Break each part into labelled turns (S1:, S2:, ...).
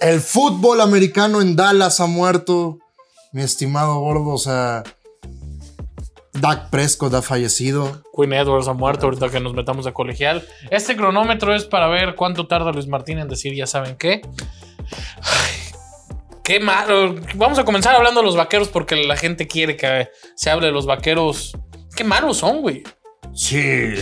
S1: el fútbol americano en Dallas ha muerto, mi estimado gordo. O sea, Dak Prescott ha fallecido.
S2: Queen Edwards ha muerto ahorita que nos metamos a colegial. Este cronómetro es para ver cuánto tarda Luis Martín en decir, ya saben qué. Ay, qué malo. Vamos a comenzar hablando de los vaqueros porque la gente quiere que se hable de los vaqueros. Qué malos son, güey.
S1: Sí.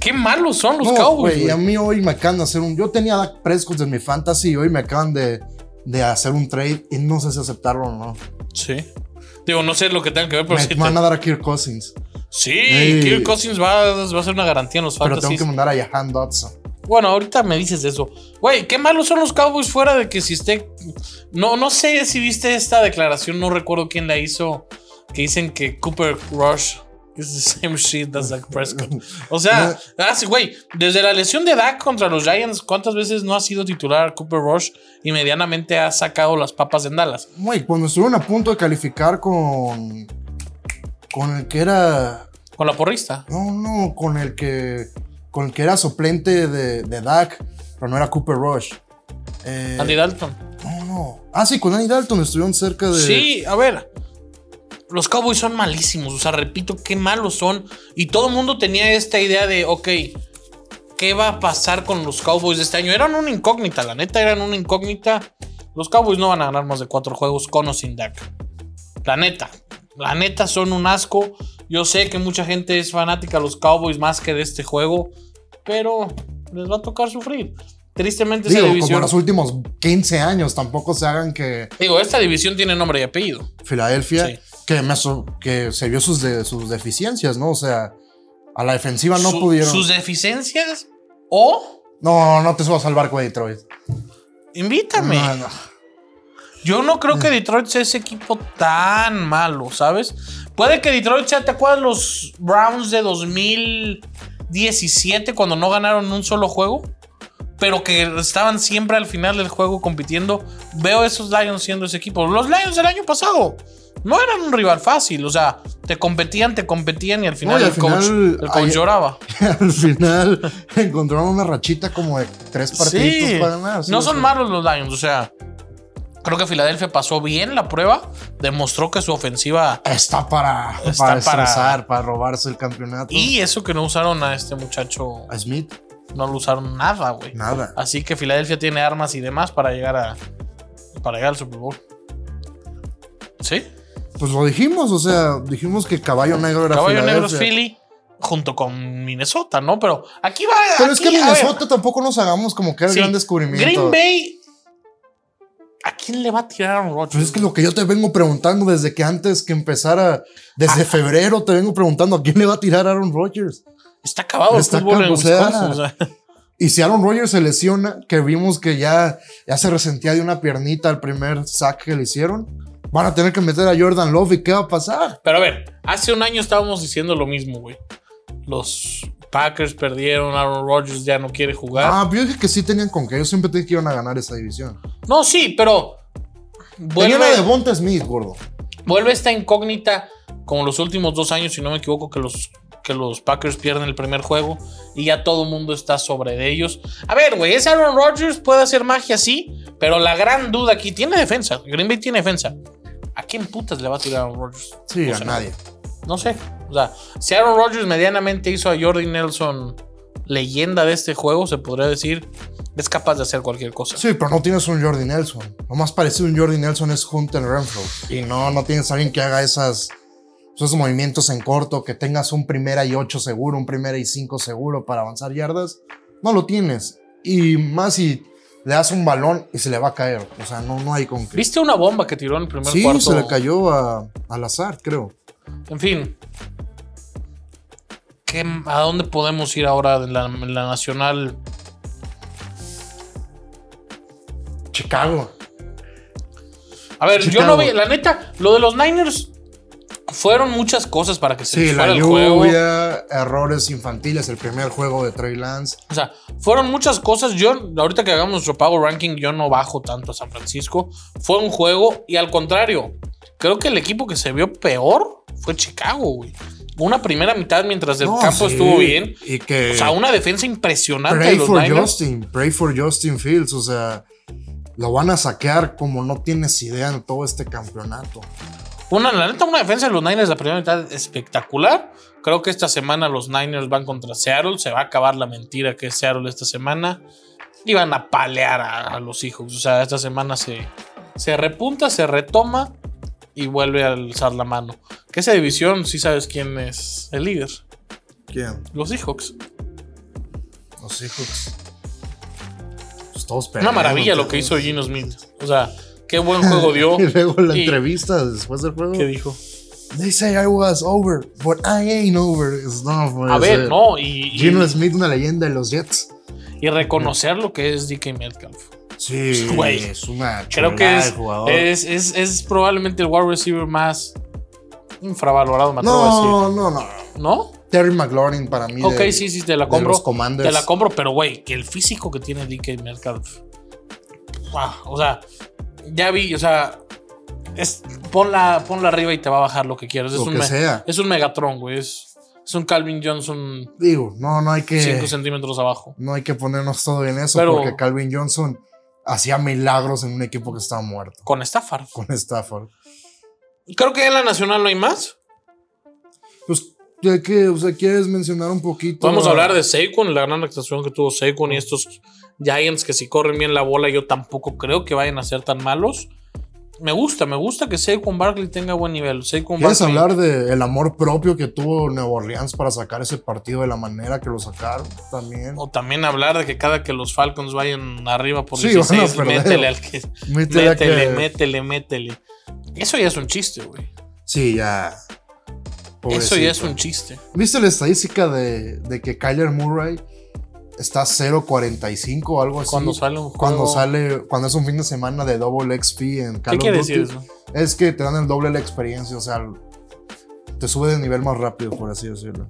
S2: Qué malos son los
S1: No,
S2: Cowboys.
S1: güey,
S2: güey.
S1: a mí hoy me acaban de hacer un. Yo tenía a Dak Prescott en mi fantasy y hoy me acaban de, de hacer un trade y no sé si aceptarlo o no.
S2: Sí. Digo, no sé lo que tenga que ver, pero
S1: me
S2: Pues sí. te-
S1: van a dar a Kirk Cousins,
S2: Sí,
S1: Ey.
S2: Kirk Cousins va, va a ser una garantía en los
S1: pero tengo
S2: fantasies.
S1: que mandar a Jahan Dodson.
S2: Bueno, ahorita me dices eso. Güey, qué malos son los Cowboys fuera de que si esté. No, no sé si viste esta declaración, no recuerdo quién la hizo. Que dicen que Cooper Rush is the same shit as Dak Prescott. O sea, ah, sí, güey, desde la lesión de Dak contra los Giants, ¿cuántas veces no ha sido titular Cooper Rush y medianamente ha sacado las papas en Dallas?
S1: Güey, cuando estuvieron a punto de calificar con. con el que era.
S2: Con la porrista.
S1: No, no, con el que. con el que era suplente de, de Dak, pero no era Cooper Rush. Eh,
S2: Andy Dalton.
S1: No, no. Ah, sí, con Andy Dalton estuvieron cerca de.
S2: Sí, a ver. Los Cowboys son malísimos. O sea, repito, qué malos son. Y todo el mundo tenía esta idea de, ok, ¿qué va a pasar con los Cowboys de este año? Eran una incógnita, la neta, eran una incógnita. Los Cowboys no van a ganar más de cuatro juegos con o sin Dak. La neta. La neta son un asco. Yo sé que mucha gente es fanática de los Cowboys más que de este juego. Pero les va a tocar sufrir. Tristemente esa
S1: Digo, como
S2: división.
S1: los últimos 15 años, tampoco se hagan que
S2: Digo, esta división tiene nombre y apellido.
S1: Filadelfia,
S2: Sí.
S1: que, me so- que se vio sus, de- sus deficiencias, ¿no? O sea, a la defensiva no
S2: su-
S1: pudieron.
S2: Sus deficiencias o
S1: No, no te subas al barco de Detroit.
S2: invítame.
S1: No, no.
S2: Yo no creo que Detroit sea ese equipo tan malo, ¿sabes? Puede que Detroit sea, ¿te acuerdas los Browns de 2017 cuando no ganaron un solo juego? Pero que estaban siempre al final del juego compitiendo. Veo esos Lions siendo ese equipo. Los Lions del año pasado no eran un rival fácil. O sea, te competían, te competían y al final,
S1: y al
S2: el, coach,
S1: final,
S2: el coach
S1: ayer-
S2: lloraba.
S1: al final encontraron una rachita como de tres partiditos
S2: Sí.
S1: para ganar. sí,
S2: no
S1: o
S2: son
S1: sea.
S2: malos los Lions, o sea. Creo que Filadelfia pasó bien la prueba. Demostró que su ofensiva.
S1: Está para, para
S2: Está para-
S1: destrozar, para robarse el campeonato.
S2: Y eso que no usaron a este muchacho.
S1: A Smith,
S2: No lo usaron nada, güey.
S1: nada.
S2: Así que Filadelfia tiene armas y demás para llegar a. Para llegar al Super Bowl. ¿Sí?
S1: Pues lo dijimos, o sea, dijimos que Caballo Negro era
S2: Caballo Negro es
S1: Filadelfia.
S2: Philly. Junto con Minnesota, ¿no? Pero aquí va.
S1: Pero es que
S2: aquí, a ver,
S1: Minnesota tampoco nos hagamos como que era
S2: sí,
S1: el gran descubrimiento.
S2: Green Bay. ¿A quién le va a tirar un
S1: Pues
S2: Rodgers?
S1: es que lo que yo te vengo preguntando desde que antes que empezara,
S2: Ah.
S1: desde febrero te vengo preguntando a quién le va a tirar Aaron Rodgers.
S2: Está acabado
S1: Está
S2: el fútbol en
S1: acabado, o sea,
S2: Wisconsin, o sea.
S1: Y si Aaron Rodgers se lesiona, que vimos que ya, ya se resentía de una piernita al primer sack que le hicieron, van a tener que meter a Jordan Love y qué va a pasar.
S2: Pero a ver, hace un año estábamos diciendo lo mismo, güey. Los Packers perdieron, Aaron Rodgers ya no quiere jugar.
S1: Ah, yo dije que sí tenían con que. Yo siempre dije que iban a ganar esa división.
S2: No, sí, pero
S1: Tenían a
S2: vuelve,
S1: Devonta Smith, gordo.
S2: vuelve esta incógnita como los últimos dos años, si no me equivoco, que los, que los Packers pierden el primer juego y ya todo el mundo está sobre de ellos. A ver, güey, ese Aaron Rodgers puede hacer magia, sí, pero la gran duda aquí tiene defensa. Green Bay tiene defensa. ¿A quién putas le va a tirar Aaron Rodgers?
S1: Sí,
S2: O
S1: a
S2: sea,
S1: nadie.
S2: No sé. O sea, si Aaron Rodgers medianamente hizo a Jordi Nelson leyenda de este juego, se podría decir, es capaz de hacer cualquier cosa.
S1: Sí, pero no tienes un Jordi Nelson. Lo más parecido a un Jordi Nelson es Hunter Renfro. Y no, no tienes a alguien que haga esas, esos movimientos en corto, que tengas un primera y ocho seguro, un primera y cinco seguro para avanzar yardas. No lo tienes. Y más si le das un balón y se le va a caer. O sea, no, no hay con qué.
S2: ¿Viste una bomba que tiró en el primer
S1: Sí,
S2: cuarto?
S1: se le cayó a, al azar, creo.
S2: En fin. ¿Qué- ¿A dónde podemos ir ahora de la, en la nacional?
S1: Chicago.
S2: A ver, yo
S1: Chicago.
S2: no vi, la neta, lo de los Niners fueron muchas cosas para que se
S1: Sí,
S2: les
S1: la
S2: fuera el juego.
S1: lluvia, errores infantiles, el primer juego de Trey Lance.
S2: O sea, fueron muchas cosas. Yo, ahorita que hagamos nuestro pago ranking, yo no bajo tanto a San Francisco. Fue un juego y al contrario, creo que el equipo que se vio peor fue Chicago, güey. Una primera mitad mientras el
S1: No,
S2: campo
S1: sí.
S2: estuvo bien.
S1: Y que...
S2: O sea, una defensa impresionante de
S1: Pray
S2: los
S1: for
S2: Niners.
S1: Justin, pray for Justin Fields, o sea, Lo van a saquear como no tienes idea en todo este campeonato.
S2: Una, la neta, una defensa de los Niners, la primera mitad espectacular. Creo que esta semana los Niners van contra Seattle. Se va a acabar la mentira que es Seattle esta semana. Y van a palear a, a los Seahawks. O sea, esta semana se, se repunta, se retoma y vuelve a alzar la mano. Que esa división, sí sabes quién es el líder.
S1: ¿Quién?
S2: Los Seahawks.
S1: Los Seahawks. Pues todos
S2: Una
S1: perdieron,
S2: maravilla lo
S1: todos.
S2: que hizo Gino Smith. O sea, qué buen juego dio.
S1: Y luego la
S2: Y-
S1: entrevista después del juego.
S2: ¿Qué dijo?
S1: They say I was over, but I ain't over. Es- No, puede
S2: A ver,
S1: ser.
S2: no, y, y-
S1: Gino Smith, una leyenda de los Jets.
S2: y reconocer lo que es DK Metcalf.
S1: Sí,
S2: Güey.
S1: es una
S2: Creo
S1: chulada
S2: que
S1: de
S2: es, eh,
S1: jugador.
S2: es, es, es probablemente el wide receiver más infravalorado, me atrevo a decir.
S1: No, no, no.
S2: ¿No?
S1: Terry McLaurin para mí.
S2: Ok,
S1: de-
S2: sí, sí, te la
S1: de
S2: compro.
S1: los Commanders.
S2: Te la compro, pero güey, que el físico que tiene DK Metcalf. Guau, o sea, ya vi, o sea, es, ponla, ponla arriba y te va a bajar lo que quieras. Es,
S1: Lo
S2: un,
S1: que
S2: me-
S1: sea.
S2: es un Megatron, güey. Es, es un Calvin Johnson
S1: Digo, no, no hay que.
S2: 5 centímetros abajo.
S1: No hay que ponernos todo en eso
S2: Pero-
S1: porque Calvin Johnson hacía milagros en un equipo que estaba muerto
S2: Con Stafford.
S1: con Stafford.
S2: Creo que en la nacional no hay más.
S1: Pues, ya que, o sea, quieres mencionar un poquito.
S2: Podemos hablar de Saquon, la gran actuación que tuvo Saquon y estos Giants que si corren bien la bola yo tampoco creo que vayan a ser tan malos. Me gusta, me gusta que Saquon Barkley tenga buen nivel. Saquon
S1: ¿Quieres
S2: Barkley-
S1: hablar del amor propio que tuvo Nueva Orleans para sacar ese partido de la manera que lo sacaron también?
S2: O también hablar de que cada que los Falcons vayan arriba por
S1: Sí,
S2: 16,
S1: van a perder.
S2: métele al que...
S1: Métele a que-
S2: Métele, métele, métele. Eso ya es un chiste, güey.
S1: Sí, ya.
S2: Eso ya es
S1: Pobrecito.
S2: un chiste.
S1: ¿Viste la estadística de, de que Kyler Murray está 0.45 o algo así?
S2: Cuando sale un juego-
S1: Cuando sale, cuando es un fin de semana de Double XP en Call
S2: ¿Qué
S1: of
S2: quiere
S1: Duty,
S2: decir eso?
S1: Es que te dan el doble la experiencia, o sea, te sube de nivel más rápido, por así decirlo.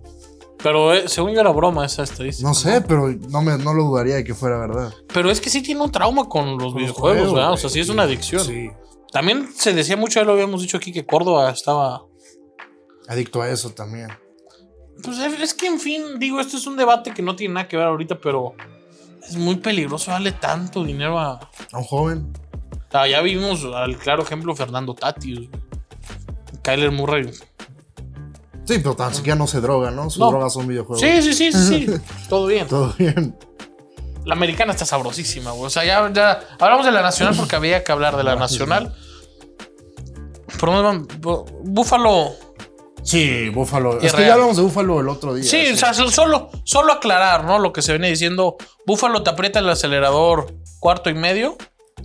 S2: Pero eh, según yo era broma esa estadística.
S1: No sé, pero no, me, no lo dudaría de que fuera verdad.
S2: Pero es que sí tiene un trauma con los
S1: Con los
S2: videojuegos,
S1: juegos,
S2: ¿verdad? O
S1: güey.
S2: sea, sí es una adicción.
S1: Sí.
S2: También se decía mucho, ya lo habíamos dicho aquí, que Córdoba estaba.
S1: Adicto a eso también.
S2: Pues es es que, en fin, digo, este es un debate que no tiene nada que ver ahorita, pero es muy peligroso darle tanto dinero a.
S1: A un joven.
S2: Ah, ya vimos al claro ejemplo Fernando Tatius, Kyler Murray.
S1: Sí, pero tan siquiera no se droga, ¿no? Sus
S2: No.
S1: drogas son videojuegos.
S2: Sí, sí, sí, sí, sí. Todo bien.
S1: Todo bien.
S2: La americana está sabrosísima, güey. O sea, ya, ya hablamos de la nacional porque había que hablar de la
S1: No, Ah, sí,
S2: nacional. Por lo menos, bu- Búfalo.
S1: Sí, Búfalo.
S2: Y
S1: Es que
S2: real.
S1: ya hablamos de Búfalo el otro día.
S2: Sí, o sea, solo, solo aclarar, ¿no? Lo que se viene diciendo. Búfalo te aprieta el acelerador cuarto y medio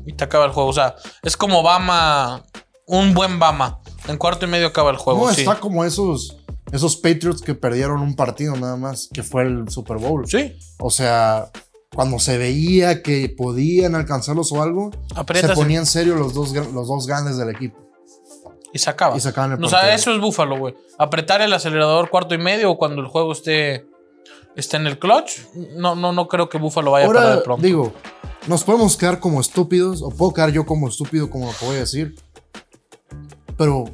S2: y te acaba el juego. O sea, es como Bama, un buen Bama. En cuarto y medio acaba el juego.
S1: No,
S2: sí.
S1: está como esos, esos Patriots que perdieron un partido nada más, que fue el Super Bowl.
S2: Sí,
S1: O sea, cuando se veía que podían alcanzarlos o algo,
S2: aprietas
S1: se ponían en serio los dos, gran- los dos grandes del equipo.
S2: y se acaba.
S1: Y sacaban el
S2: o sea,
S1: partido.
S2: eso es Búfalo, güey. Apretar el acelerador cuarto y medio o cuando el juego esté, esté en el clutch. No, no, no creo que Búfalo vaya a
S1: Ahora,
S2: perder pronto.
S1: digo, nos podemos quedar como estúpidos, o puedo quedar yo como estúpido, como lo voy a decir. Pero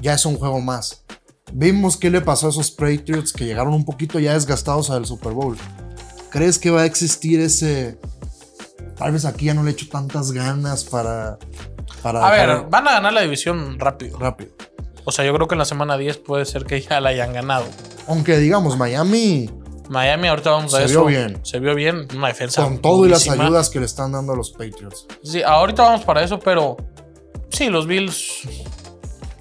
S1: ya es un juego más. Vimos qué le pasó a esos Patriots que llegaron un poquito ya desgastados al Super Bowl. ¿Crees que va a existir ese.? Tal vez aquí ya no le echo tantas ganas para. para
S2: a ver,
S1: dejar
S2: van a ganar la división rápido.
S1: rápido.
S2: O sea, yo creo que en la semana 10 puede ser que ya la hayan ganado.
S1: Aunque digamos, Miami,
S2: Miami, ahorita vamos a
S1: Se
S2: eso.
S1: vio bien.
S2: Se vio bien. Una defensa.
S1: con todo y las
S2: durísima.
S1: ayudas que le están dando a los Patriots.
S2: Sí, ahorita vamos para eso, pero. Sí, los Bills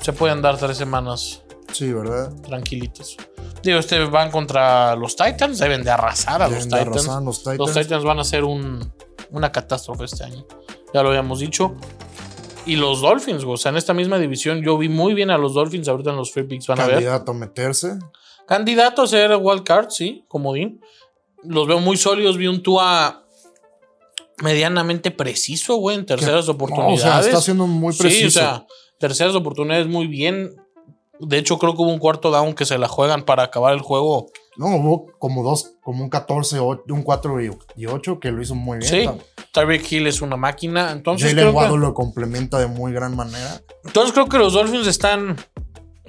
S2: se pueden dar tres semanas
S1: Sí, ¿verdad?
S2: tranquilitos. Digo, este van contra los Titans. Deben de arrasar a los
S1: Deben de
S2: Titans.
S1: arrasar los Titans.
S2: Los Titans van a ser un- una catástrofe este año. Ya lo habíamos dicho. Y los Dolphins, güey, o sea, en esta misma división yo vi muy bien a los Dolphins. Ahorita en los free picks van a ver.
S1: Candidato a meterse.
S2: Candidato a ser wild card, sí, comodín. Los veo muy sólidos. Vi un Tua medianamente preciso, güey, en terceras
S1: No, o
S2: oportunidades.
S1: sea, está siendo muy preciso.
S2: Sí, o sea, terceras oportunidades muy bien. De hecho, creo que hubo un cuarto down que se la juegan para acabar el juego.
S1: No, hubo como dos, como un 14, o- un 4 y- y 8 que lo hizo muy bien.
S2: Sí,
S1: también.
S2: Tyreek Hill es una máquina. Entonces
S1: Jalen
S2: creo,
S1: Waddle
S2: que,
S1: lo complementa de muy gran manera.
S2: entonces creo que los Dolphins están,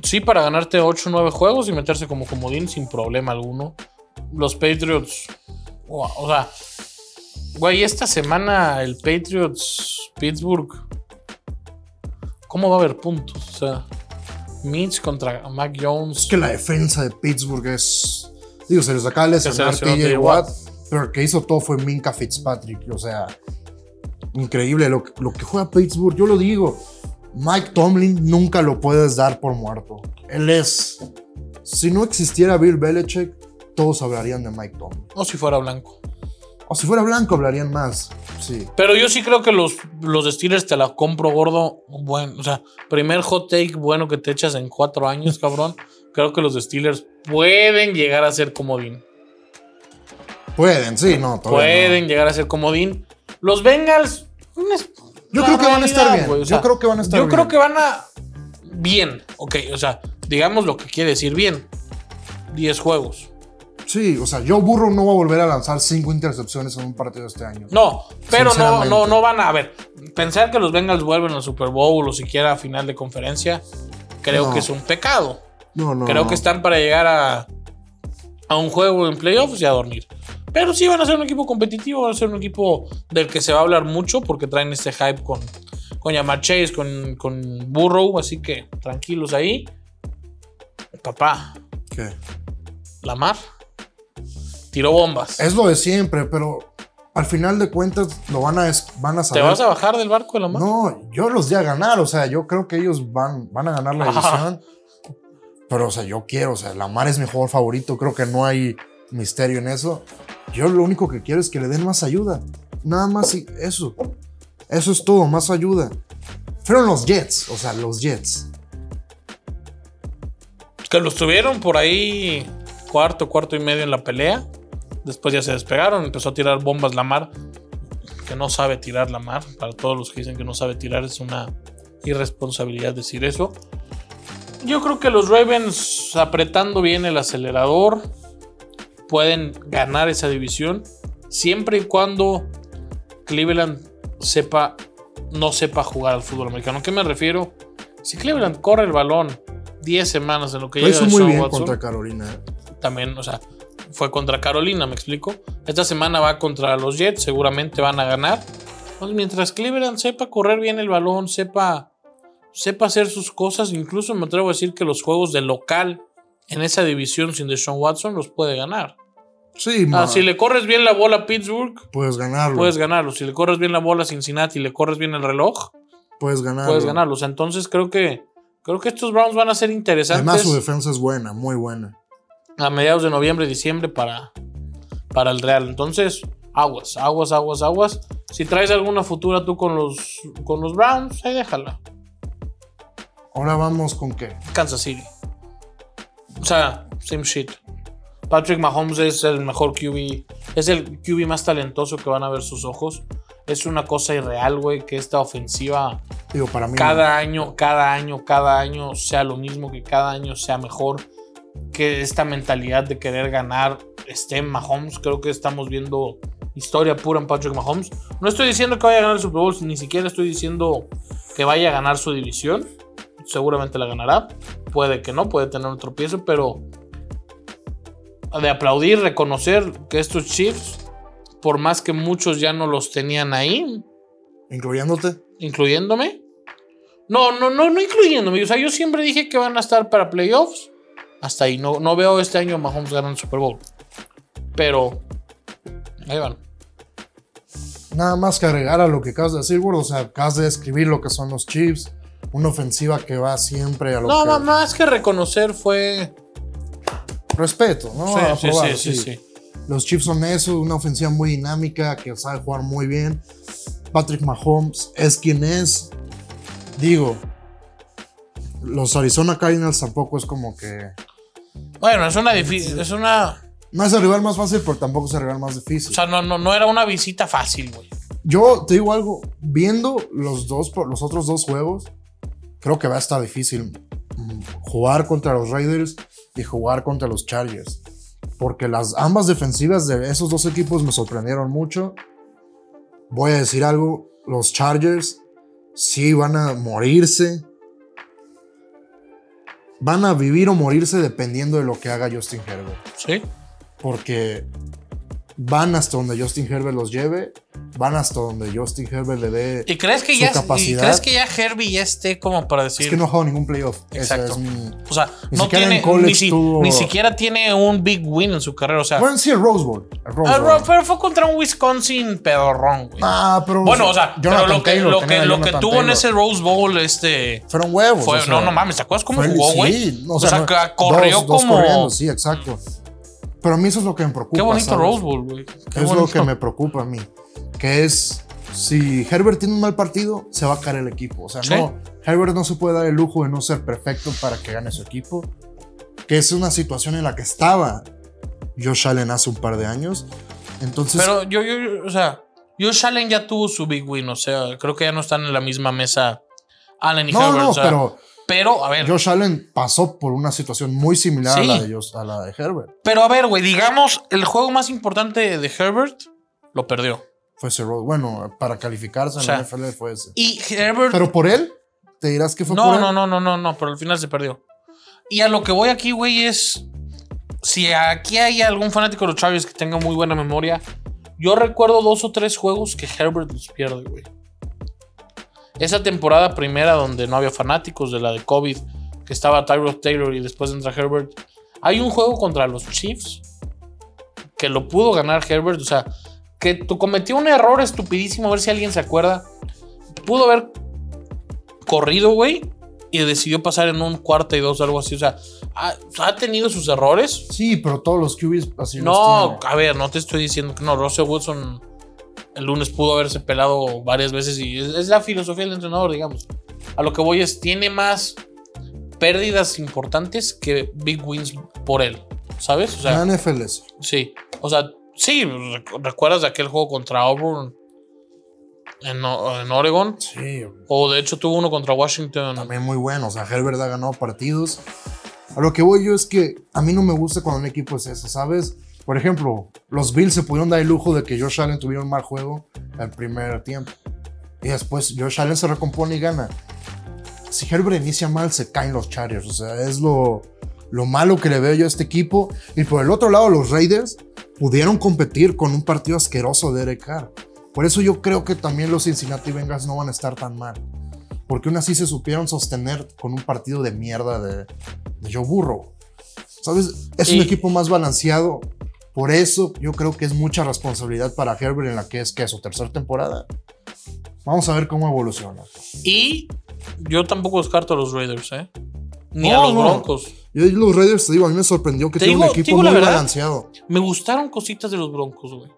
S2: sí, para ganarte 8 o 9 juegos y meterse como comodín sin problema alguno. Los Patriots, wow, o sea, Güey, esta semana el Patriots Pittsburgh. ¿Cómo va a haber puntos? O sea, Mitch contra Mac Jones.
S1: Es que la defensa de Pittsburgh es. Digo, se les acaba de lesionar
S2: lesionó
S1: TJ
S2: TJ
S1: Watt,
S2: Watt.
S1: pero el que hizo todo fue Minka Fitzpatrick. O sea, increíble lo que, lo que juega Pittsburgh. Yo lo digo, Mike Tomlin nunca lo puedes dar por muerto. Él es. Si no existiera Bill Belichick, todos hablarían de Mike Tomlin.
S2: No si fuera blanco.
S1: O si fuera blanco, hablarían más. Sí.
S2: Pero yo sí creo que los, los Steelers te la compro gordo. Bueno, o sea, primer hot take bueno que te echas en cuatro años, cabrón. Creo que los Steelers pueden llegar a ser comodín.
S1: Pueden, sí, no. todavía no.
S2: Pueden llegar a ser comodín. Los Bengals. una es-
S1: Yo
S2: la
S1: creo que van a estar
S2: realidad,
S1: bien.
S2: güey, o
S1: Yo
S2: sea,
S1: creo que van a estar
S2: Yo creo
S1: bien.
S2: que van a. Bien. Ok, o sea, digamos lo que quiere decir bien. 10 juegos.
S1: Sí, o sea, yo burro no va a volver a lanzar cinco intercepciones en un partido este año.
S2: No, pero no,
S1: Sinceramente.
S2: no, no van a. A ver, pensar que los Bengals vuelven al Super Bowl o siquiera a final de conferencia, creo
S1: No.
S2: que es un pecado.
S1: No, no.
S2: Creo
S1: no.
S2: que están para llegar a, a un juego en playoffs y a dormir. Pero sí van a ser un equipo competitivo, van a ser un equipo del que se va a hablar mucho porque traen este hype con, con Yamar Chase, con, con Burrow, así que tranquilos ahí. Papá,
S1: ¿Qué?
S2: Lamar tiró bombas.
S1: Es lo de siempre, pero al final de cuentas lo van a, es- van a
S2: ¿Te
S1: saber.
S2: vas a bajar del barco de Lamar?
S1: No, yo los di a ganar, o sea, yo creo que ellos van, van a ganar la
S2: Ajá.
S1: división. Pero, o sea, yo quiero, o sea, Lamar es mi jugador favorito, creo que no hay misterio en eso. Yo lo único que quiero es que le den más ayuda. Nada más y eso. Eso es todo, más ayuda. Fueron los Jets, o sea, los Jets.
S2: Que los tuvieron por ahí cuarto, cuarto y medio en la pelea. Después ya se despegaron, empezó a tirar bombas la mar. Que no sabe tirar la mar. Para todos los que dicen que no sabe tirar, es una irresponsabilidad decir eso. Yo creo que los Ravens, apretando bien el acelerador, pueden ganar esa división. Siempre y cuando Cleveland sepa, no sepa jugar al fútbol americano. ¿A qué me refiero? Si Cleveland corre el balón 10 semanas en lo que
S1: Lo
S2: llega
S1: hizo
S2: de
S1: muy
S2: Sean
S1: bien
S2: Watson,
S1: contra Carolina. ¿eh?
S2: también, o sea, fue contra Carolina, me explico. Esta semana va contra los Jets, seguramente van a ganar. Entonces, mientras Cleveland sepa correr bien el balón, sepa, sepa hacer sus cosas, incluso me atrevo a decir que los juegos de local en esa división sin Deshaun Watson los puede ganar.
S1: Sí,
S2: Ah,
S1: ma,
S2: si le corres bien la bola a Pittsburgh,
S1: puedes ganarlo.
S2: puedes ganarlo. Si le corres bien la bola a Cincinnati y le corres bien el reloj,
S1: puedes ganarlo.
S2: puedes ganarlos. entonces creo que, creo que estos Browns van a ser interesantes.
S1: Además, su defensa es buena, muy buena.
S2: a mediados de noviembre, diciembre para, para el Real. Entonces, aguas, aguas, aguas, aguas. Si traes alguna futura tú con los, con los Browns, ahí déjala.
S1: Ahora vamos con qué.
S2: Kansas City. O sea, same shit. Patrick Mahomes es el mejor QB. Es el QB más talentoso que van a ver sus ojos. Es una cosa irreal, güey, que esta ofensiva
S1: Digo, para mí.
S2: cada año, cada año, cada año sea lo mismo, que cada año sea mejor, que esta mentalidad de querer ganar esté en Mahomes. Creo que estamos viendo historia pura en Patrick Mahomes. No estoy diciendo que vaya a ganar el Super Bowl, ni siquiera estoy diciendo que vaya a ganar su división. Seguramente la ganará. Puede que no, puede tener un tropiezo, pero de aplaudir, reconocer que estos Chiefs, por más que muchos ya no los tenían ahí,
S1: Incluyéndote.
S2: ¿Incluyéndome? No, no, no, no incluyéndome. O sea, yo siempre dije que van a estar para playoffs. Hasta ahí. No, no veo este año Mahomes ganando el Super Bowl. Pero. Ahí van.
S1: Nada más que agregar a lo que acabas de decir, gordo. O sea, acabas de describir lo que son los Chiefs. Una ofensiva que va siempre a lo
S2: No,
S1: que.
S2: ma- más que reconocer fue.
S1: Respeto, ¿no?
S2: Sí,
S1: Aprobado,
S2: sí, sí, sí, sí.
S1: Los Chiefs son eso, una ofensiva muy dinámica que sabe jugar muy bien. Patrick Mahomes es quien es. Digo, los Arizona Cardinals tampoco es como que.
S2: Bueno, es una difícil. Es una.
S1: No es el rival más fácil, pero tampoco es el rival más difícil.
S2: O sea, no, no, no era una visita fácil, güey.
S1: Yo te digo algo, viendo los dos, pro- los otros dos juegos, creo que va a estar difícil mm, jugar contra los Raiders y jugar contra los Chargers, porque las ambas defensivas de esos dos equipos me sorprendieron mucho. Voy a decir algo, los Chargers sí van a morirse. Van a vivir o morirse dependiendo de lo que haga Justin Herbert
S2: Sí.
S1: porque Van hasta donde Justin Herbert los lleve, van hasta donde Justin Herbert le dé.
S2: ¿Y crees que,
S1: su
S2: ya, y
S1: capacidad-
S2: crees que ya Herbie ya esté como para decir.
S1: Es que no ha jugado ningún playoff. Esa
S2: Exacto.
S1: es mi-
S2: O sea,
S1: Ni
S2: no
S1: siquiera en
S2: tiene.
S1: college
S2: Ni, si-
S1: tuvo-
S2: ni siquiera tiene un big win en su carrera. O sea,
S1: Bueno, sí, el Rose Bowl. El Rose
S2: ah,
S1: Bowl.
S2: Ro- pero fue contra un Wisconsin pedorrón, güey.
S1: Ah, pero.
S2: bueno, o sea, pero
S1: Jonathan
S2: lo que,
S1: Taylor,
S2: lo
S1: tenían
S2: que,
S1: a
S2: lo que
S1: Jonathan
S2: tuvo en
S1: Taylor.
S2: ese Rose Bowl, este.
S1: Fueron huevos.
S2: Fue,
S1: Pues, o sea,
S2: no, no mames, ¿te acuerdas cómo
S1: fue-
S2: jugó,
S1: sí,
S2: güey?
S1: o sea, no-
S2: que corrió
S1: dos- dos
S2: como.
S1: corriendo, sí, exacto. Pero a mí eso es lo que me preocupa.
S2: Qué bonito
S1: ¿sabes?
S2: Rose Bowl, güey. Qué
S1: es
S2: bonito.
S1: lo que me preocupa a mí. Que es, si Herbert tiene un mal partido, se va a caer el equipo. O sea,
S2: Sí.
S1: no, Herbert no se puede dar el lujo de no ser perfecto para que gane su equipo. Que es una situación en la que estaba Josh Allen hace un par de años. Entonces,
S2: Pero yo, yo, yo, o sea, Josh Allen ya tuvo su big win, o sea, creo que ya no están en la misma mesa Allen y
S1: no,
S2: Herbert.
S1: no,
S2: o sea,
S1: pero
S2: pero, a ver,
S1: Josh Allen pasó por una situación muy similar
S2: Sí.
S1: a, la de Josh- a la de Herbert.
S2: pero a ver, güey, digamos, el juego más importante de Herbert lo perdió.
S1: Fue ese Rose. Bueno, para calificarse
S2: O sea,
S1: en la NFL fue ese.
S2: Y Herbert.
S1: Pero por él, te dirás que fue por
S2: no,
S1: él.
S2: no, no, no, no, no, pero al final se perdió. Y a lo que voy aquí, güey, es. Si aquí hay algún fanático de los Chargers que tenga muy buena memoria, yo recuerdo dos o tres juegos que Herbert los pierde, güey. Esa temporada primera donde no había fanáticos de la de COVID, que estaba Tyrod Taylor y después entra Herbert. Hay un juego contra los Chiefs que lo pudo ganar Herbert, o sea, que tu- cometió un error estupidísimo, a ver si alguien se acuerda. Pudo haber corrido, güey, y decidió pasar en un cuarta y dos o algo así, o sea, ha, ha tenido sus errores.
S1: Sí, pero todos los QBs así los
S2: No,
S1: tienen.
S2: a ver, no te estoy diciendo que no, Russell Wilson el lunes pudo haberse pelado varias veces y es, es la filosofía del entrenador, digamos. A lo que voy es, tiene más pérdidas importantes que big wins por él, ¿sabes? O sea,
S1: La NFL es-
S2: Sí, o sea, sí, recu- ¿recuerdas de aquel juego contra Auburn en, O- en Oregon?
S1: Sí,
S2: O de hecho tuvo uno contra Washington.
S1: también muy bueno. O sea, Herbert ha ganado partidos. A lo que voy yo es que a mí no me gusta cuando un equipo es eso, ¿sabes? Por ejemplo, los Bills se pudieron dar el lujo de que Josh Allen tuviera un mal juego al primer tiempo. Y después Josh Allen se recompone y gana. Si Herbert inicia mal, se caen los Chargers. O sea, es lo, lo malo que le veo yo a este equipo. Y por el otro lado, los Raiders pudieron competir con un partido asqueroso de Eric Carr. Por eso yo creo que también los Cincinnati Bengals no van a estar tan mal porque aún así se supieron sostener con un partido de mierda de, de Joe Burrow. ¿Sabes? Es
S2: Y-
S1: un equipo más balanceado. Por eso yo creo que es mucha responsabilidad para Herbert en la que es que es su tercera temporada. Vamos a ver cómo evoluciona.
S2: Y yo tampoco descarto a los Raiders, ¿eh? Ni
S1: No,
S2: a los
S1: no.
S2: Broncos.
S1: Yo los Raiders, te digo, a mí me sorprendió que
S2: Te
S1: tiene
S2: digo-
S1: un
S2: te
S1: equipo
S2: digo la
S1: muy
S2: verdad.
S1: balanceado.
S2: Me gustaron cositas de los Broncos, güey.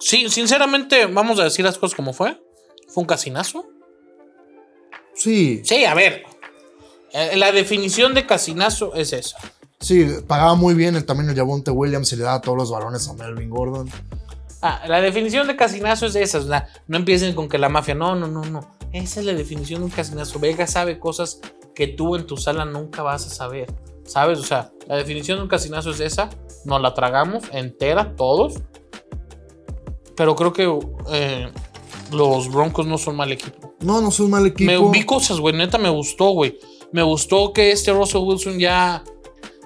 S2: Sí, sinceramente, vamos a decir las cosas como fue. Fue un casinazo.
S1: Sí,
S2: Sí, a ver. eh, La definición de casinazo es esa.
S1: sí, pagaba muy bien el, también el Javonte Williams y le daba todos los balones a Melvin Gordon.
S2: Ah, la definición de casinazo es esa. o sea, no empiecen con que la mafia. No, no, no, no. Esa es la definición de un casinazo. Vega sabe cosas que tú en tu sala nunca vas a saber. ¿Sabes? O sea, la definición de un casinazo es esa. Nos la tragamos entera, todos. Pero creo que eh, los Broncos no son mal equipo.
S1: No, no soy un mal equipo.
S2: Me vi cosas, güey. Neta, me gustó, güey. Me gustó que este Russell Wilson ya.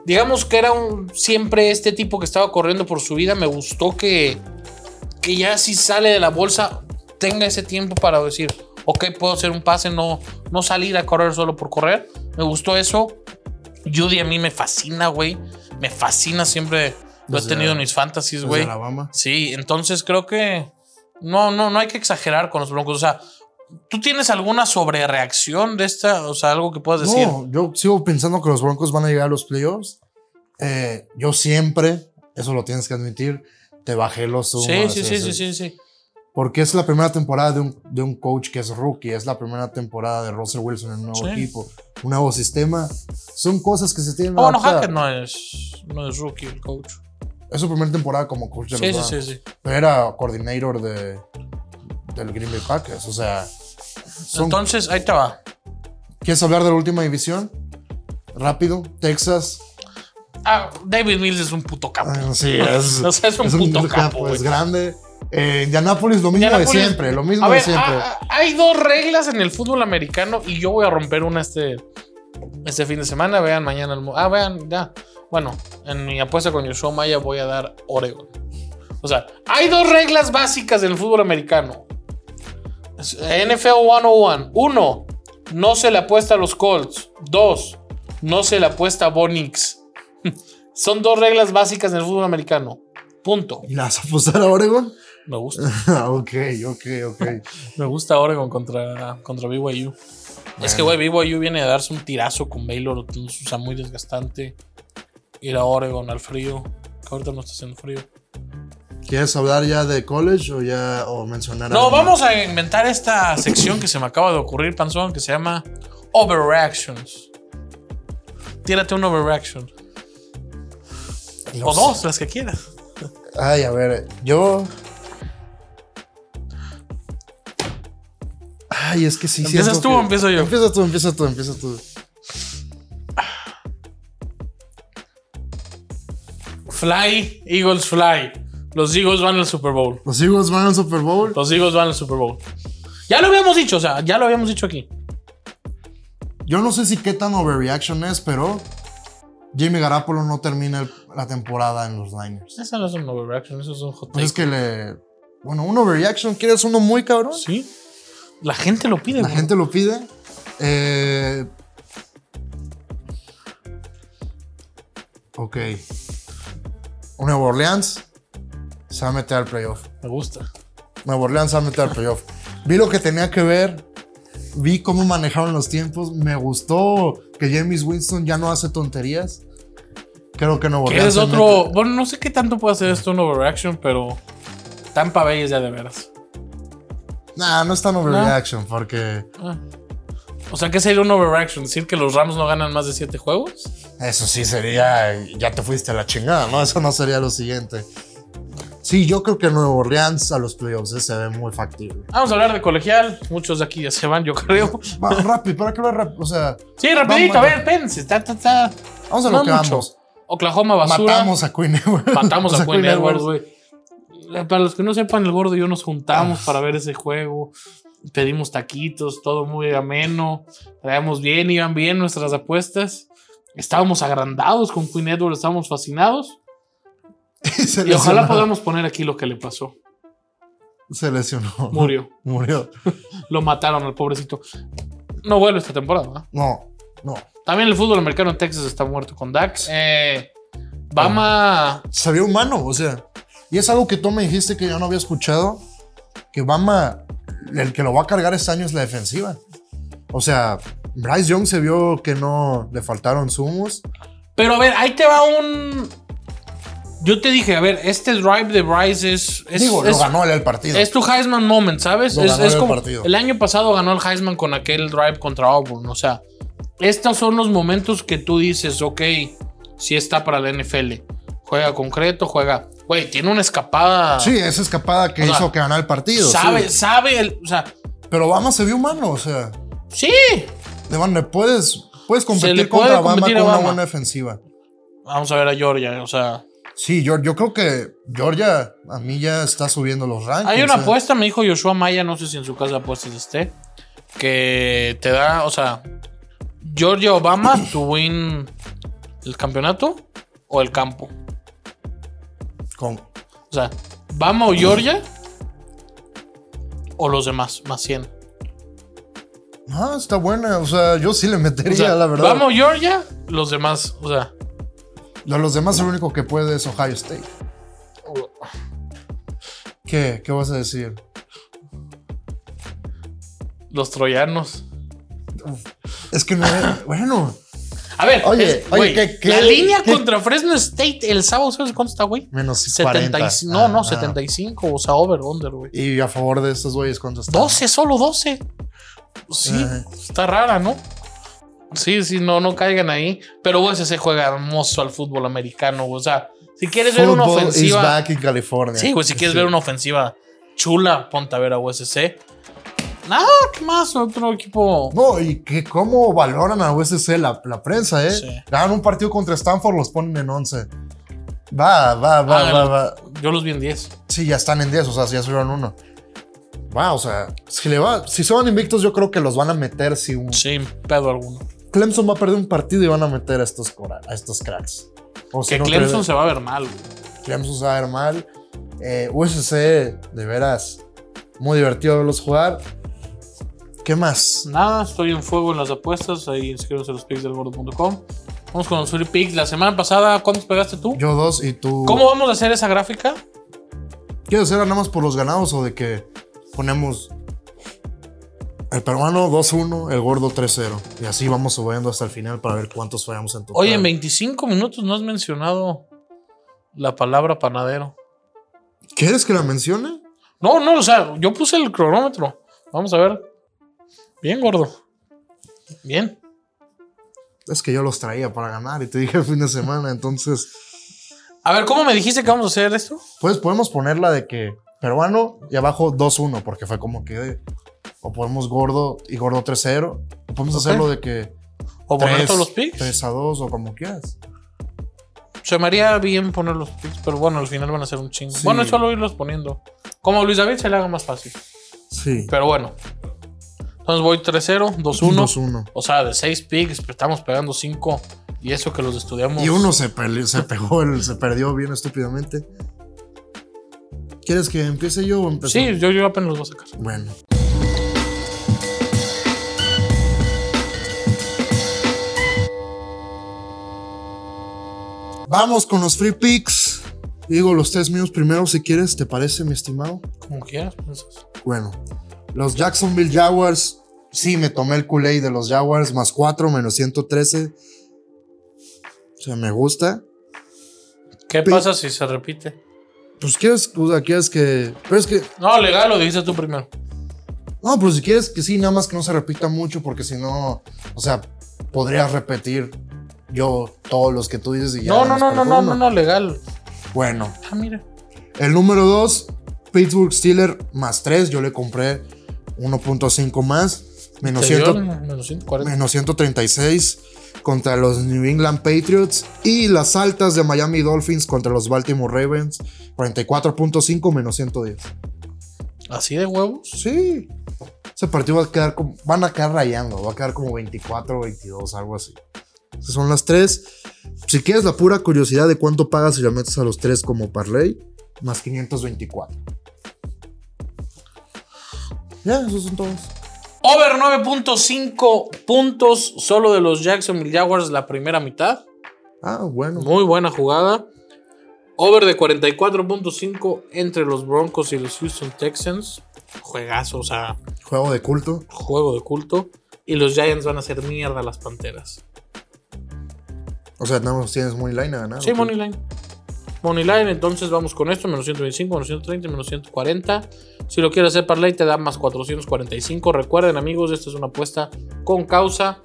S2: Digamos que era un, siempre este tipo que estaba corriendo por su vida. Me gustó que, que ya si sale de la bolsa tenga ese tiempo para decir, ok, puedo hacer un pase, no, no salir a correr solo por correr. Me gustó eso. Judy a mí me fascina, güey. Me fascina siempre. Lo he
S1: Desde-
S2: tenido en mis fantasies,
S1: Desde
S2: güey.
S1: Alabama.
S2: Sí, entonces creo que no, no, no hay que exagerar con los Broncos. O sea, ¿tú tienes alguna sobrereacción de esta? O sea, algo que puedas decir.
S1: No, yo sigo pensando que los Broncos van a llegar a los playoffs. Eh, yo siempre, eso lo tienes que admitir, te bajé los humos.
S2: sí, sí, sí,
S1: ese-
S2: sí, sí, sí.
S1: Porque es la primera temporada de un, de un coach que es rookie, es la primera temporada de Russell Wilson en un nuevo
S2: Sí.
S1: equipo, un nuevo sistema. Son cosas que se tienen
S2: Ah, bueno,
S1: adaptar.
S2: Hackett no es, no es rookie, el coach.
S1: Es su primera temporada como coach de
S2: Sí,
S1: los
S2: sí,
S1: Browns.
S2: sí, sí.
S1: Pero era coordinator de, del Green Bay Packers. O sea, son
S2: Entonces, ahí te va.
S1: ¿quieres hablar de la última división? Rápido, Texas.
S2: Ah, David Mills es un puto capo.
S1: Ah, sí, es,
S2: O sea, es un puto capo, güey.
S1: es grande. Eh, Indianapolis, lo mismo
S2: Indianapolis-
S1: de siempre, lo mismo
S2: A ver,
S1: de siempre.
S2: ah, ah, hay dos reglas en el fútbol americano y yo voy a romper una este, este fin de semana. Vean mañana el... mo- Ah, vean, ya. Bueno, en mi apuesta con Yoshua Maya voy a dar Oregon. O sea, hay dos reglas básicas del fútbol americano. Es- NFL 101. Uno, no se le apuesta a los Colts. Dos, no se le apuesta a Bonix. Son dos reglas básicas del fútbol americano. Punto.
S1: ¿Y la vas a apostar a Oregon? Ah,
S2: Me gusta.
S1: ok, ok, ok.
S2: Me gusta Oregon contra, contra BYU. Es que, güey, BYU viene a darse un tirazo con Baylor. O sea, muy desgastante. Ir a Oregon al frío. Que ahorita no está haciendo frío.
S1: ¿Quieres hablar ya de college o ya o mencionar
S2: No,
S1: algo más?
S2: vamos a inventar esta sección que se me acaba de ocurrir, Panzón, que se llama Overreactions. Tírate un overreaction. O
S1: Los-
S2: dos, las que quieras.
S1: Ay, a ver, yo. Ay, es que sí.
S2: ¿Empiezas
S1: siento
S2: tú o
S1: que-
S2: empiezo yo?
S1: Empieza tú, empieza tú, empieza tú.
S2: Fly, Eagles, fly. Los Eagles van al Super Bowl.
S1: Los Eagles van al Super Bowl.
S2: Los Eagles van al Super Bowl. Ya lo habíamos dicho, o sea, ya lo habíamos dicho aquí.
S1: Yo no sé si qué tan overreaction es, pero Jimmy Garapolo no termina el- la temporada en los Niners.
S2: Esa no es un overreaction, eso es un hot
S1: Pues
S2: take.
S1: es que le. Bueno, un overreaction, ¿quieres uno muy cabrón?
S2: Sí. La gente lo pide,
S1: La
S2: güey.
S1: gente lo pide. Eh, ok. Un Nuevo Orleans se va a meter al playoff.
S2: Me gusta.
S1: Nuevo Orleans se va a meter al playoff. Vi lo que tenía que ver. Vi cómo manejaron los tiempos. Me gustó que James Winston ya no hace tonterías. Creo que Nuevo
S2: Que
S1: Orleans.
S2: es
S1: se
S2: otro.
S1: mete-
S2: Bueno, no sé qué tanto puede hacer esto un overreaction, pero. Tampa Bay es ya de veras.
S1: Nah, no es tan overreaction porque
S2: Ah. O sea, ¿qué sería un overreaction? ¿Decir que los Rams no ganan más de 7 juegos?
S1: Eso sí sería, ya te fuiste a la chingada, ¿no? Eso no sería lo siguiente. Sí, yo creo que Nuevo Orleans a los playoffs eh, se ve muy factible.
S2: Vamos a hablar de colegial. Muchos de aquí ya se van, yo creo.
S1: Va, rápido, ¿para qué lo rap- O sea,
S2: Sí, rapidito, a
S1: Vamos.
S2: ver, espérense. Ta, ta, ta.
S1: vamos a lo
S2: No
S1: que
S2: mucho.
S1: vamos.
S2: Oklahoma basura.
S1: Matamos a Queen Edwards.
S2: Matamos a Quinn Edwards,
S1: Edwards.
S2: güey. Para los que no sepan, el gordo y yo nos juntamos para ver ese juego. Pedimos taquitos, todo muy ameno. Traíamos bien, iban bien nuestras apuestas. Estábamos agrandados con Queen Edwards, estábamos fascinados.
S1: Y se
S2: Y ojalá
S1: lesionó.
S2: podamos poner aquí lo que le pasó.
S1: Se lesionó.
S2: Murió.
S1: Murió.
S2: Lo mataron al pobrecito. No vuelve esta temporada. ¿verdad?
S1: No, no.
S2: También el fútbol americano en Texas está muerto con Dax. Eh, Bama.
S1: Se vio humano, o sea. Y es algo que tú me dijiste que yo no había escuchado. Que Bama, el que lo va a cargar este año es la defensiva. O sea, Bryce Young se vio que no le faltaron zumos.
S2: Pero a ver, ahí te va un. Yo te dije, a ver, este drive de Bryce es. es
S1: Digo,
S2: es-
S1: lo ganó él el partido.
S2: es tu Heisman moment, ¿sabes?
S1: Lo
S2: es,
S1: ganó
S2: es
S1: el
S2: como.
S1: partido.
S2: El año pasado ganó el Heisman con aquel drive contra Auburn. O sea, estos son los momentos que tú dices, ok, sí está para la NFL. Juega concreto, juega. Güey, tiene una escapada.
S1: sí, esa escapada que
S2: O sea,
S1: hizo que ganara el partido. sí.
S2: Sabe, sabe. el- o sea,
S1: Pero Bama se vio humano, o sea.
S2: sí.
S1: De Bama, le puedes, puedes competir
S2: le puede
S1: contra Bama
S2: competir a
S1: con
S2: Bama.
S1: una buena defensiva.
S2: Vamos a ver a Georgia, o sea.
S1: Sí, yo, yo creo que Georgia a mí ya está subiendo los rankings.
S2: Hay una
S1: eh.
S2: apuesta, me dijo Joshua Maya, no sé si en su casa de apuestas esté, que te da, o sea, Georgia Obama to win el campeonato o el campo.
S1: Con-
S2: O sea, Bama o Georgia o los demás, más 100.
S1: Ah, está buena. O sea, yo sí le metería,
S2: O sea,
S1: la verdad.
S2: Bama o Georgia, los demás, o sea,
S1: De los demás, el único que puede es Ohio State. ¿Qué? ¿Qué vas a decir?
S2: los troyanos.
S1: Es que no. bueno,
S2: A ver,
S1: Oye,
S2: es-
S1: oye,
S2: güey,
S1: ¿qué- qué-
S2: la línea
S1: qué-
S2: contra Fresno State el sábado, ¿sabes cuánto está, güey?
S1: menos 70.
S2: 75, no, no, 75, o sea, over, under, güey.
S1: Y a favor de estos güeyes, ¿cuánto está?
S2: 12, solo 12. Sí,
S1: Ajá.
S2: está rara, ¿no? Sí, sí, no, no caigan ahí. Pero, güey, ese se juega hermoso al fútbol americano, güey. O sea, si quieres ver una
S1: Football is
S2: ofensiva.
S1: back in California.
S2: Sí, güey, si quieres
S1: Sí.
S2: ver una ofensiva chula, ponte a ver a USC. Nada, ¿qué más? Otro equipo.
S1: No, y que cómo valoran a USC la, la prensa, ¿eh?
S2: Sí.
S1: Ganan un partido contra Stanford, los ponen en 11. Va, va, va,
S2: Ah,
S1: va,
S2: no.
S1: va.
S2: Yo los vi en 10.
S1: Sí, ya están en 10, o sea, ya subieron uno. Va, o sea, si, le va, si se van invictos, yo creo que los van a meter si un...
S2: Sin pedo alguno.
S1: Clemson va a perder un partido y van a meter a estos, cora- a estos cracks. O si
S2: Que
S1: no,
S2: Clemson
S1: creo-
S2: se va a ver mal, güey.
S1: Clemson se va a ver mal. Eh, UFC, de veras, muy divertido verlos jugar. ¿Qué más?
S2: Nada, estoy en fuego en las apuestas. Ahí inscríbanse a los picks del gordo.com. Vamos con los free picks. La semana pasada, ¿cuántos pegaste tú?
S1: Yo dos y tú.
S2: ¿Cómo vamos a hacer esa gráfica?
S1: ¿Quieres hacer ganamos por los ganados o de que ponemos el peruano 2-1, el gordo 3-0? Y así vamos subiendo hasta el final para ver cuántos fallamos en total.
S2: Oye, en 25 minutos no has mencionado la palabra panadero.
S1: ¿Quieres que la mencione?
S2: No, no, o sea, yo puse el cronómetro. Vamos a ver. Bien, gordo. Bien.
S1: Es que yo los traía para ganar y te dije el fin de semana, entonces.
S2: A ver, ¿cómo me dijiste que vamos a hacer esto?
S1: Pues podemos ponerla de que peruano y abajo 2-1, porque fue como que. O podemos gordo y gordo 3-0. O podemos
S2: Ok.
S1: hacerlo de que.
S2: ¿O poner todos los picks?
S1: 3 a 2 o como quieras.
S2: Se me haría bien poner los picks, pero bueno, al final van a ser un chingo.
S1: Sí.
S2: Bueno, es solo irlos poniendo. Como a Luis David se le haga más fácil.
S1: Sí.
S2: Pero bueno. Entonces voy 3-0, 2-1.
S1: 2-1.
S2: O sea, de 6 picks, pero estamos pegando 5. Y eso que los estudiamos.
S1: Y uno se, pele- se pegó, el- se perdió bien estúpidamente. ¿Quieres que empiece yo o empecé?
S2: Sí, yo, yo apenas los voy a sacar.
S1: Bueno. Vamos con los free picks. Digo los tres míos primero, si quieres, ¿te parece, mi estimado?
S2: Como quieras, princesa.
S1: Bueno, los Jacksonville Jaguars. Sí, me tomé el Kool-Aid de los Jaguars, más 4, menos 113. O sea, me gusta.
S2: ¿Qué
S1: Pi-
S2: pasa si se repite?
S1: Pues quieres, o sea, quieres que. Pero es que.
S2: No, legal, lo dijiste tú primero.
S1: No, pero si quieres que sí, nada más que no se repita mucho, porque si no, o sea, podrías repetir yo todos los que tú dices y ya.
S2: No, no,
S1: nada
S2: no,
S1: más
S2: no,
S1: para
S2: no,
S1: uno.
S2: no, no, legal.
S1: Bueno,
S2: Ah, mira.
S1: el número 2, Pittsburgh Steelers más 3. Yo le compré 1.5 más, menos,
S2: Te dio
S1: 100
S2: el menos 140.
S1: menos 136 contra los New England Patriots y las altas de Miami Dolphins contra los Baltimore Ravens, 44.5 menos 110.
S2: ¿Así de huevos?
S1: Sí. Ese partido va a quedar como, van a quedar rayando, va a quedar como 24 22, algo así. Esas son las tres. Si quieres la pura curiosidad de cuánto pagas si la metes a los tres como parlay, más 524. Ya, esos son todos.
S2: Over 9.5 puntos solo de los Jacksonville Jaguars la primera mitad.
S1: Ah, bueno.
S2: Muy buena jugada. Over de 44.5 entre los Broncos y los Houston Texans. Juegazo, o sea,
S1: Juego de culto.
S2: juego de culto. Y los Giants van a hacer mierda a las Panteras.
S1: O sea, nada más tienes money line a ganar.
S2: Sí,
S1: Ah, ¿ok?
S2: Moneyline. Moneyline, entonces vamos con esto. Menos 125, menos 130, menos 140. Si lo quieres hacer parlay, te da más 445. Recuerden, amigos, esta es una apuesta con causa.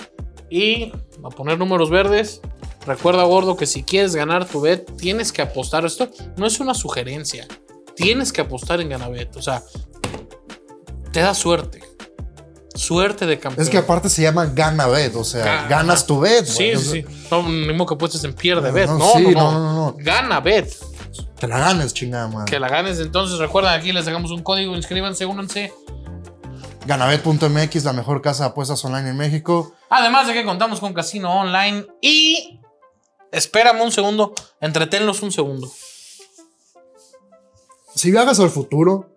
S2: Y a poner números verdes. Recuerda, gordo, que si quieres ganar tu bet, tienes que apostar. Esto no es una sugerencia. Tienes que apostar en Ganabet. O sea, te da suerte. Suerte de campeón.
S1: Es que aparte se llama gana bet, o sea,
S2: Gana.
S1: ganas tu bet.
S2: Sí,
S1: güey. O
S2: sí,
S1: sea,
S2: sí. No, ni modo que apuestes en pierde
S1: No,
S2: bet.
S1: no,
S2: No,
S1: sí,
S2: no,
S1: no,
S2: no,
S1: no, no.
S2: Gana bet.
S1: Te la ganas, chingada madre.
S2: que la ganes. Entonces, recuerden, aquí les dejamos un código, inscríbanse, únanse.
S1: Ganabet.mx, la mejor casa de apuestas online en México.
S2: Además de que contamos con casino online y. Espérame un segundo, entretenlos un segundo.
S1: Si viajas al futuro,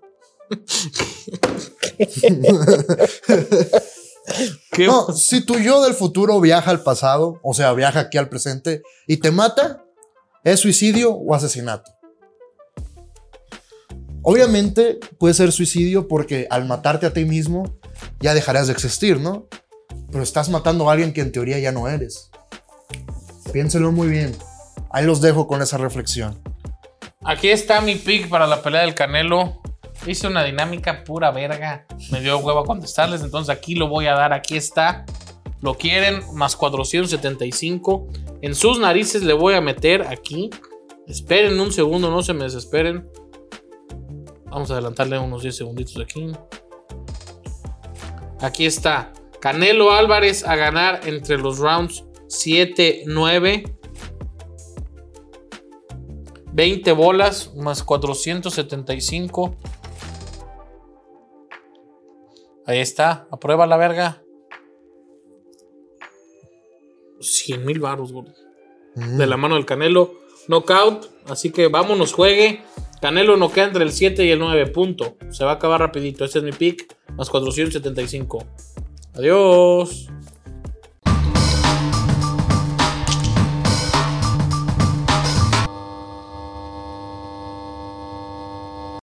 S2: ¿Qué?
S1: no, si tu yo del futuro viaja al pasado, o sea, viaja aquí al presente y te mata, ¿es suicidio o asesinato? Obviamente puede ser suicidio porque al matarte a ti mismo ya dejarás de existir, ¿no? Pero estás matando a alguien que en teoría ya no eres. Piénselo muy bien. Ahí los dejo con esa reflexión.
S2: Aquí está mi pick para la pelea del Canelo. Hice una dinámica pura verga. Me dio hueva contestarles, entonces aquí lo voy a dar. Aquí está. Lo quieren, más 475. En sus narices le voy a meter aquí. Esperen un segundo, no se me desesperen. Vamos a adelantarle unos 10 segunditos aquí. Aquí está. Canelo Álvarez a ganar entre los rounds 7, 9. 20 bolas más 475. Ahí está, aprueba la verga. 100 mil baros, gordo. De la mano del Canelo. Knockout. Así que vámonos, juegue. Canelo no queda entre el 7 y el 9. Punto. Se va a acabar rapidito. Este es mi pick. Más 475. Adiós.